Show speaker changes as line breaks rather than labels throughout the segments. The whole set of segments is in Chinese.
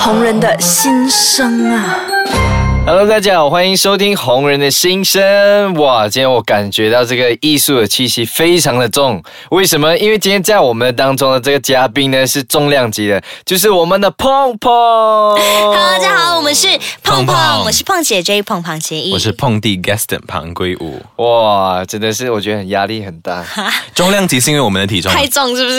红人的心声啊！
Hello，大家好，欢迎收听《红人的心声》。哇，今天我感觉到这个艺术的气息非常的重，为什么？因为今天在我们当中的这个嘉宾呢是重量级的，就是我们的碰碰。Hello，
Hello，大家好，我们是
胖
胖
胖
胖，我是胖姐，E J 胖胖协议，
我是碰地 Gaston 庞圭吾，
哇，真的是我觉得很压力很 大，
重量级是因为我们的体重。
太重是不是？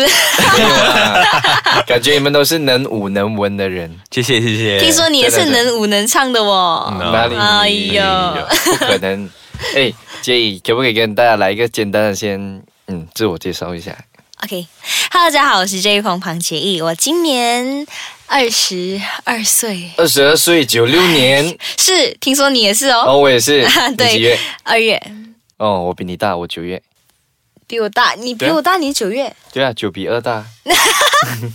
没有啦感觉你们都是能武能文的人，
谢谢谢谢。
听说你也是能舞能唱的哦。
No
哪里？
哎呦，
不可能！哎，杰宇，可不可以跟大家来一个简单的先，嗯，自我介绍一下？
OK，Hello，大家好，我是 J 胖胖协议，我今年二十二岁，
二十二岁，九六年，
是听说你也是
哦，
哦，，
我也是你几月
对？，二月
哦，我比你大，我九月。
比我大，你比
对啊
我大，你 九月，
对啊，九比二大。
嗯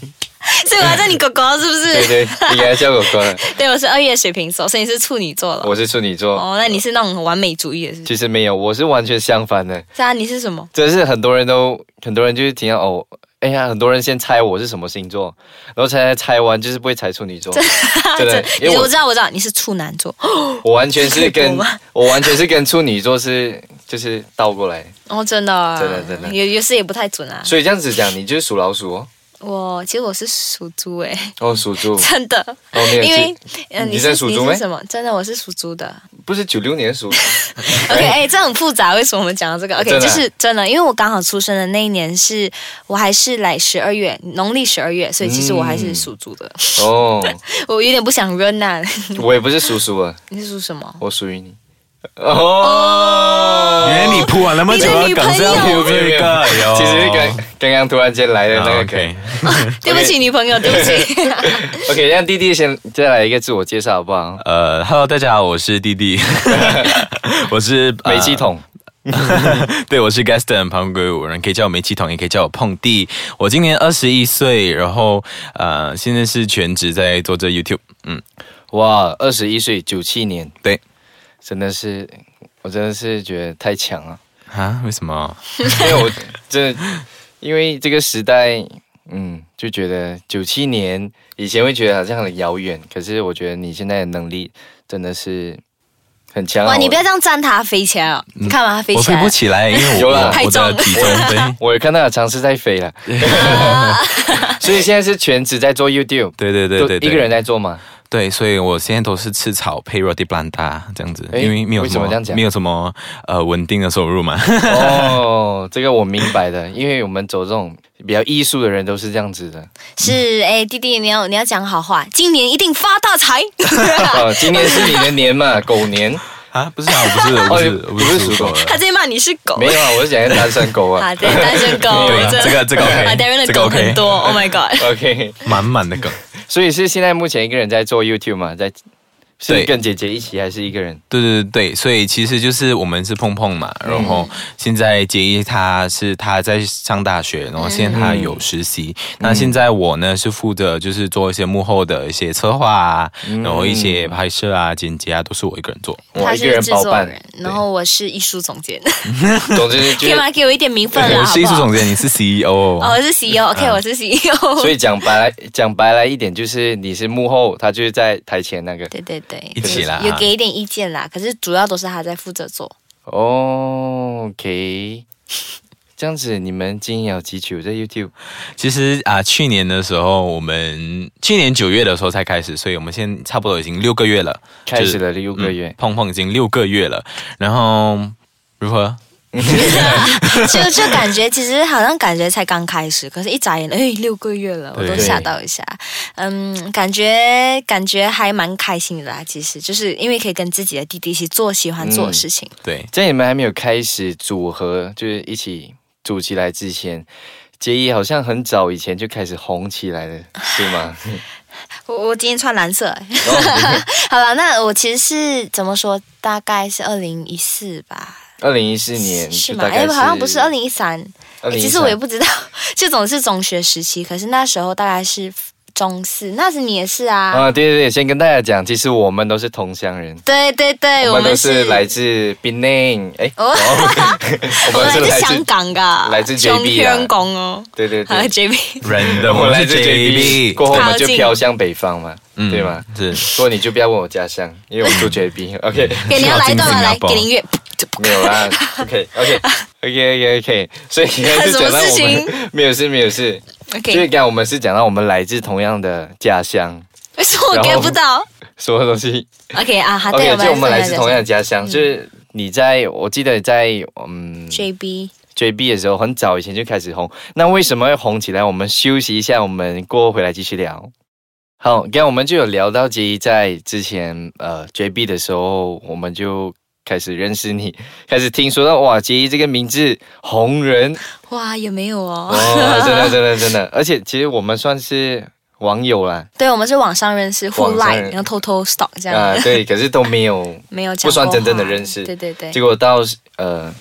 所以我要叫你狗狗是不
对
是？
对，你给他叫狗 狗了。
对，我是二月水瓶座，所以你是处女座了。
我是处女座，
哦，那你是那种完美主义的，是不是？
其实没有，我是完全相反的。
是啊，你是什么？
真是很多人都，很多人就是听到哦，哎呀，很多人先猜我是什么星座，然后猜猜猜完就是不会猜处女座。 真 的，因
你
为我
我知道，我知道，你是处男座。
我完全 是
可以
跟
播吗
我完全是跟处女座是就是倒过来，
哦，真的啊，
真的真的
有有时也不太准啊。
所以这样子讲，你就是属老鼠哦，
我其实我是属猪诶，
哦，属猪，哦，
真的，
没有，
因为
是
呃
你在属猪
你
咩
是？什么？真的，我是属猪 的。
不是九六年属，
OK，哎、这很复杂，为什么我们讲到这个？OK，
真的
就
啊
是真的，因为我刚好出生的那一年是我还是来十二月，农历十二月，所以其实我还是属猪的。
哦，
我有点不想扔呐、
我也不是属鼠啊，
你是属什么？
我属于你。哦，
原来你铺完那么久
你的
的
女
梗是要
朋
友
铺这个哟。
其实刚刚刚突然间来的那
啊
个梗。
OK，
对不起，女朋 友，对不起。
OK，让弟弟先再来一个自我介绍好不好？
呃，Hello，大家好，我是弟 弟，我是呃
煤气桶，
对，我是 Gaston 庞圭吾，人可以叫我煤气桶，也可以叫我碰地。我今年二十一岁，然后呃，现在是全职在做这 YouTube。嗯，
哇，二十一岁，九七年，
对
真的是，我真的是觉得太强了，
啊，为什么？
因为我真的，因为这个时代，嗯，就觉得九七年以前会觉得好像很遥远，可是我觉得你现在的能力真的是很强啊。
哇，你
我嗯
不要这样站他飞起来哦！你看嘛，他飞
我
起
飞
来
不
了。
起来，因为
有
我
啦
我我的
太重
体重对。
我有看到有尝试在飞了，所以现在是全职在做 YouTube，
对对对对
都
对，
一个人在做 嘛。
对，所以我现在都是吃草配 roti planta 这样子，
诶
因为没有
为什
什
么
么
这样讲
没有什么呃稳定的收入嘛。
哦，这个我明白的，因为我们走这种比较艺术的人都是这样子的。
是哎，弟弟，你要你要讲好话，今年一定发 大财。
哦，今年是你的年嘛， 狗年？
啊，不是啊，我不是，我不是，
哦
我不是
你不是
属
属
狗
狗
的。
他在骂你是狗。
没有啊，我是讲单身狗啊
啊，。对，单身狗
对啊，
真的
这个这个 OK，
啊，Darren 的
这个
狗
OK
很多，Oh my God。
OK，
满满的梗。
所以是现在目前一个人在做 YouTube 嘛，在是
对
跟姐姐一起还是一个人？
对对对对，所以其实就是我们是碰碰嘛，然
嗯
后现在杰一他是他在上大学，然后现在他
嗯
有实习，那现在我呢是负责就是做一些幕后的一些策划啊，然后一些
嗯
拍摄啊、剪辑啊，都是我一个人做。
我
他
一个
是
人
制
包
作
办。
人，然后我是艺术总监，
总之就
可以
是，
吗？给我一点名分啦，
我
好
是
不
艺术
好？
总监，你嗯是 E CEO。
哦，我是 CEO，OK，我是 E CEO。
所以讲白来讲白来一点，就是你是幕后，他就是在台前那个。
对对对，
一起啦
有给一点意见啦，可是主要都是他在负责做。
哦 OK，这样子你们经营有几久在 YouTube？
其实啊、去年的时候，我们去年九月的时候才开始，所以我们现在差不多已经六个月了，
开始了六
六
个月。
碰碰已经六个月了。然后如何？
就就感觉其实好像感觉才刚开始，可是一眨眼，哎，六个月了，我
对
都吓到一下。嗯，感觉感觉还蛮开心的啦，其实就是因为可以跟自己的弟弟一起做喜欢
嗯
做的事情。
对，
在你们还没有开始组合，就是一起组起来之前，杰伊好像很早以前就开始红起来了，是 吗？
我我今天穿蓝色、哎
然后
好了，那我其实是怎么说？大概是二零一四吧，
二零一四年
是
嗯就
吗？
大
哎
概，是
好像不是二零一三，哎
二零一
其实我也不知道，这种是中学时期，可是那时候大概是中四，那时你也是啊。
啊，对对对，先跟大家讲，其实我们都是同乡人，
对对对，
我们都
哎是
是来自 Penang，哎，
哦
我
我
们
来
是
自
来
香
自，
港噶，
来自 JB
从
啊
香港哦，
对对
啊
对，
JB，
人的
我
我
们
们
来
是
自 JB，过后
JB，
我们就
靠近
飘向北方嘛，
嗯
对吗？
是
所以你就不要问我家乡，因为我住 JB。OK，
给你要来一段吗？
新加
来，
坡
给你乐，
没有啦。OK，OK，OK，OK，OK。所 以刚才是讲到我
什么事
们没有事，没有 事。所以
OK，
刚才我们是讲到我们来自同样的家乡，
为什么我
然后
get 不到
什么东西
？OK 啊，好，对，
？OK，就我们来自
自
同样的家乡，就是你在我记得你在嗯
JB，
JB 的时候，很早以前就开始红。那为什么会红起来？我们休息一下，我们过后回来继续聊。好，刚刚我们就有聊到杰一在之前呃 JB 的时候，我们就开始认识你， 开始听说到哇杰一这个名字红人
哇，有没有
哦
哦？，
真的真的真的，而且其实我们算是网友啦
对，我们是网上认识，互
网上
like，
认
然后偷偷 stalk 这
啊、
样的，
对，可是都没有，
没有
不
讲
算
过
真正的
话
认识
对对对
结，果到呃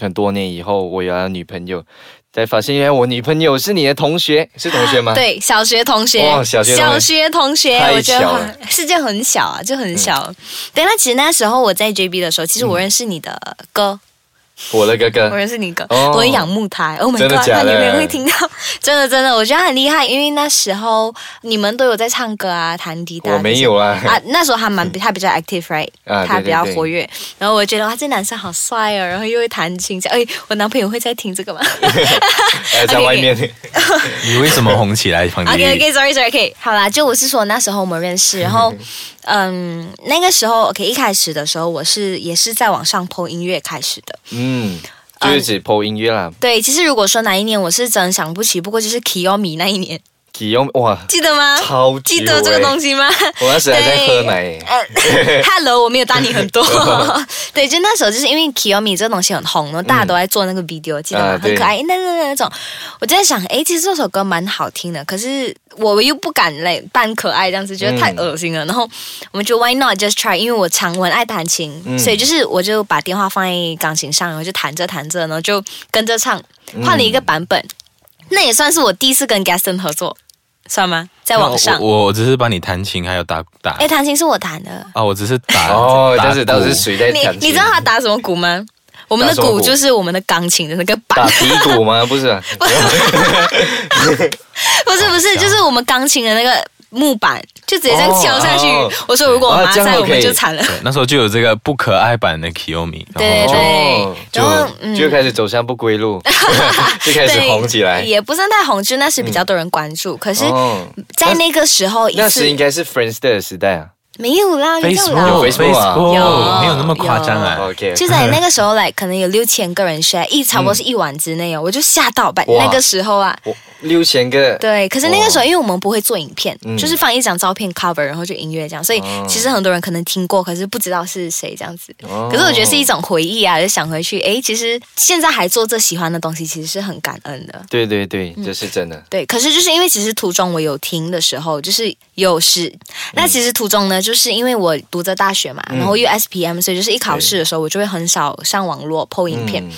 很多年以后，我有了女朋友，才发现原来我女朋友是你的同学，是同学吗？
对，小学同学，
哇啊哦小学同学
同学，
太
我觉得
小了嗯
很世界很小啊，就很小。对，那其实那时候我在 JB 的时候，其实我认识你的歌，
我的哥
我
哥，
认识你的歌，
哦
我很仰慕他。Oh my
真的
god，
假
那
的
你们也会听到， 真的真的，我觉得他很厉害，因为那时候你们都有在唱歌啊，弹吉他。
我没有啊。
啊，那时候他蛮他比较 active right，、
啊
他
对对
比较
对
活跃。然后我觉得哇，这男生好帅哦，然后又会弹琴，这样哎，我男朋友会在听这个吗？啊
还 在外面。
你为什么红起来？彭
OK
迪，
OK sorry sorry OK 好啦，就我是说那时候我们认识，然后嗯，那个时候 OK 一开始的时候我是也是在网上 PO 音乐开始的。
嗯，就是指播音乐啦。
对，其实如果说哪一年我是真想不起，不过就是 Kiyomi 那一年，
几用哇，
记得吗？
超级
记得这个东
西。
西吗？
我那时还在喝奶耶。
呃 ，Hello，我没有大你很 多。对，就那时候就是因为 Kiyomi 这个东西很红，然后大家都在做那个 video，、记得吗？
嗯啊
很
对
可爱，那那那种，我就在想，诶，其实这首歌蛮好听的，可是我又不敢来扮可爱这样子，觉得太
嗯
恶心了。然后我们就 Why not just try？因为我常文爱弹琴，
嗯
所以就是我就把电话放在钢琴上，然后就弹着弹着，然后就跟着唱，
嗯
换了一个版本。那也算是我第一次跟 Gaston 合作，算吗？在网上
我，我我只是帮你弹琴，还有打打
诶，弹琴是我弹的。
啊，我只是打
哦，
打
但是当时
鼓
谁在
你
弹琴？
你知道他打什么鼓吗？我们的
打什么
鼓
鼓
就是我们的钢琴的那个板，
打底鼓吗？不是啊，
不是
哦
不是，就是我们钢琴的那个木板，就直接这样敲下去
哦哦。
我说如果我
哦
妈
这样
在，
我
我们
可以
就惨了。
对那时候就有这个不可爱版的 Kiyomi，
对
然后
哦
对，然后嗯
就就开始走向不归 路，就 开始
对
红起来。
也不算太红，就那时比较多人关注。可是，
哦，
在那个时候一
那时应
次
该是 Friendster 的时代啊。
没有啦，没有啦。
有
Facebook
Facebook 啊
有
没有那么夸张啊。
OK，
就在那 个时候来，可能有六千个人 share，一差不多是一晚之内哦，我就吓到吧。
嗯哇
那个时候啊，
我六千个。
对，可是那个时候，因为我们不会做影片，
嗯
就是放一张照片 cover，然后就音乐这样，所以
哦
其实很多人可能听过，可是不知道是谁这样子。
哦
可是我觉得是一种回忆啊，就想回去，诶，其实现在还做这喜欢的东西，其实是很感恩的。
对对对，
嗯
这是真的。
对，可是就是因为其实途中我有听的时候，就是有时
嗯
那其实途中呢，就是因为我读着大学嘛，然后又 SPM，所以就是一考试的时候，我就会很少上网络 PO 影片，
嗯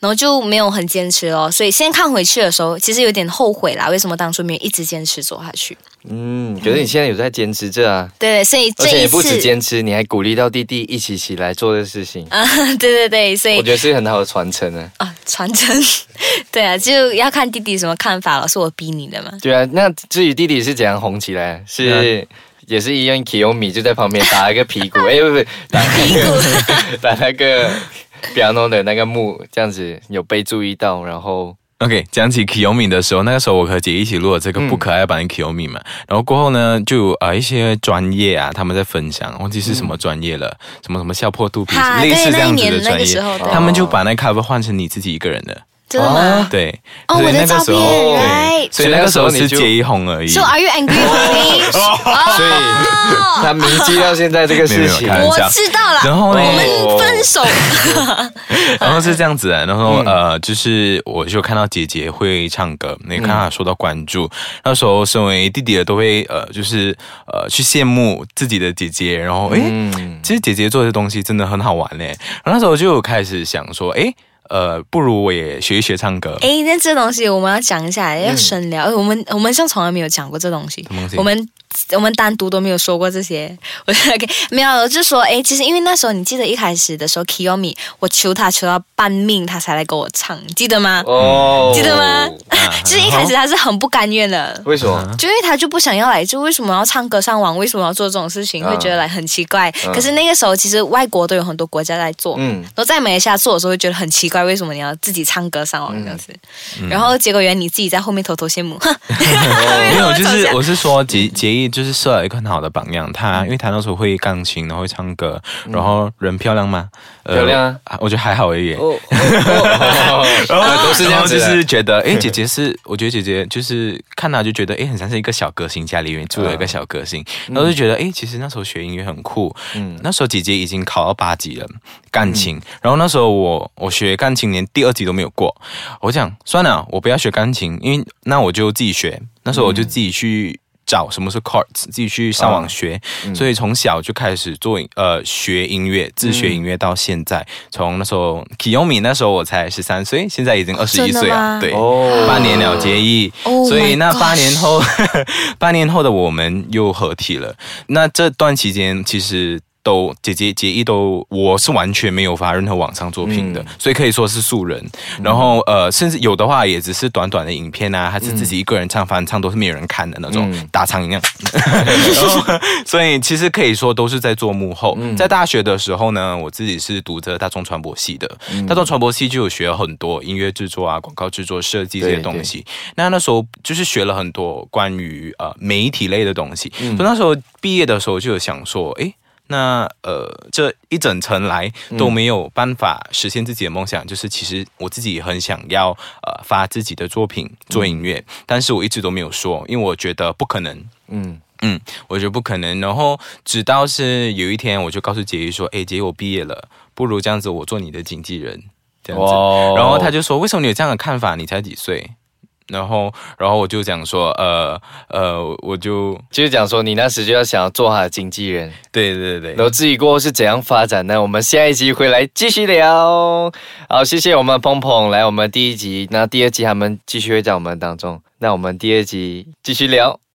然后就没有很坚持咯。所以现在看回去的时候，其实有点后悔啦，为什么当初没有一直坚持做下去？
嗯，可是你现在有在坚持着啊，
对，所以
而
这
且
一
你
次，
不止坚持，你还鼓励到弟弟一起起来做的事情，
啊， 对对对，所以
我觉得是很好的传承啊。
啊，传承， 对啊，就要看弟弟什么看法了，是我逼你的吗？
对啊，那至于弟弟是怎样红起来，
啊
是。也是一样，Kiyomi 就在旁边打一个屁股， 哎、不不，打屁股， 打那个 piano 的那个木，这样子有被注意到，然后
OK，讲起 Kiyomi 的时候，那个时候我和姐一起录了
嗯
这个不可爱版的 Kiyomi 嘛，然后过后呢，就有呃一些专业啊，他们在分享，忘记是什么专业了，什么什么笑破肚皮
嗯哈，，
类
对，
似这
那一
样子
年
的
那
专
个时
业，
候，对
他们就把那 cover 换成你自己一个人的，
真的吗？
对，
哦
所以
我的
那个时
照
候，
片
对
right，
所以那个时候是
所以那个时候你就
姐一红而已，
So are you angry with
哦
me？
所以
哦
他铭记到现在这个事情
没有没有开。玩笑
我知道了，
然后呢
我们 分手。
然后是这样子的，然
嗯
后、呃，就是我就看到姐姐会唱歌，你看到她受到关注，那时候身为弟弟的都会呃，就是呃去羡慕自己的姐姐，然后诶，
嗯
其实姐姐做的东西真的很好玩嘞。然后那时候就有开始想说，诶。呃，不如我也学一学唱歌。
哎，那这东西我们要讲一下，
嗯
要深聊。哎我们我们上从来没有讲过这东西，
什么东西
我们我们单独都没有说过这些。 我说 OK，没有，我就说哎，其实因为那时候你记得一开始的时候，Kiyomi，我求他求到半命，他才来给我唱，记得吗？
哦
记得吗？
啊
就是一开始他是很不甘愿的。
为什么？
就因为他就不想要来，就为什么要唱歌上网，为什么要做这种事情，
嗯
会觉得来很奇怪。
嗯
可是那个时候，其实外国都有很多国家在做，
嗯
然后在马来西亚做的时候，会觉得很奇怪，为什么你要自己唱歌上网这样子？然后结果原来你自己在后面偷偷羡慕，哼
哦
没有，就
我
是
想
我是说杰杰毅就是设了一个很好的榜样。他因为他那时候会钢琴，然后会唱歌，然后人漂亮吗？呃
嗯漂亮啊，
我觉得还好而已。
哦，哦 哦
然后
哦 都是这
然
样
后
子
就
的，
是觉得，哎，姐姐是，我觉得姐姐就是看她就觉得，哎，很像是一个小歌星，家里面住了一个小歌星，
嗯
然后就觉得，哎，其实那时候学音乐很酷，嗯，那时候姐姐已经考到八级了，钢琴，
嗯
然后那时候我我学钢琴连第二级都没有过，我讲算了，啊我不要学钢琴，因为那我就自己学，那时候我
嗯
就自己去。找什么是 chords，自己去上网学，
嗯
所以从小就开始做呃学音乐，自学音乐到现在。从那时候 Kiyomi 那时候我才十三岁，现在已经二十一岁
真的
了，
吗
对，
哦
八年了结义。
Oh
所以
my
那
gosh
八年后， 八年后的我们又合体了。那这段期间其实。都姐姐结义都，我是完全没有发任何网上作品的，所以可以说是素人。然后呃，甚至有的话也只是短短的影片啊，还是自己一个人唱翻唱，都是没有人看的那种，打场一样。然后 所以其实可以说都是在做幕后。在大学的时候呢，我自己是读着大众传播系的，大众传播系就有学很多音乐制作啊、广告制作、设计这些
对
东西。那那时候就是学了很多关于呃媒体类的东西，所以那时候毕业的时候就有想说，诶。那呃，这一整层来都没有办法实现自己的梦想，就是其实我自己也很想要呃发自己的作品做音乐，但是我一直都没有说，因为我觉得不可能，
嗯
嗯，我觉得不可能。然后直到是有一天，我就告诉杰一说：“哎，杰一，我毕业了，不如这样子，我做你的经纪人。”这样子，
哇
然后他就说：“为什么你有这样的看法？你才几岁？”然后，然后我就讲说：“呃呃，我就
就是讲说你那时就要想要做他的经纪人，
对对对
然后至于过后是怎样发展呢？我们下一集回来继续聊。好，谢谢我们鹏鹏来我们第一集，那第二集他们继续会在我们当中，那我们第二集继续聊。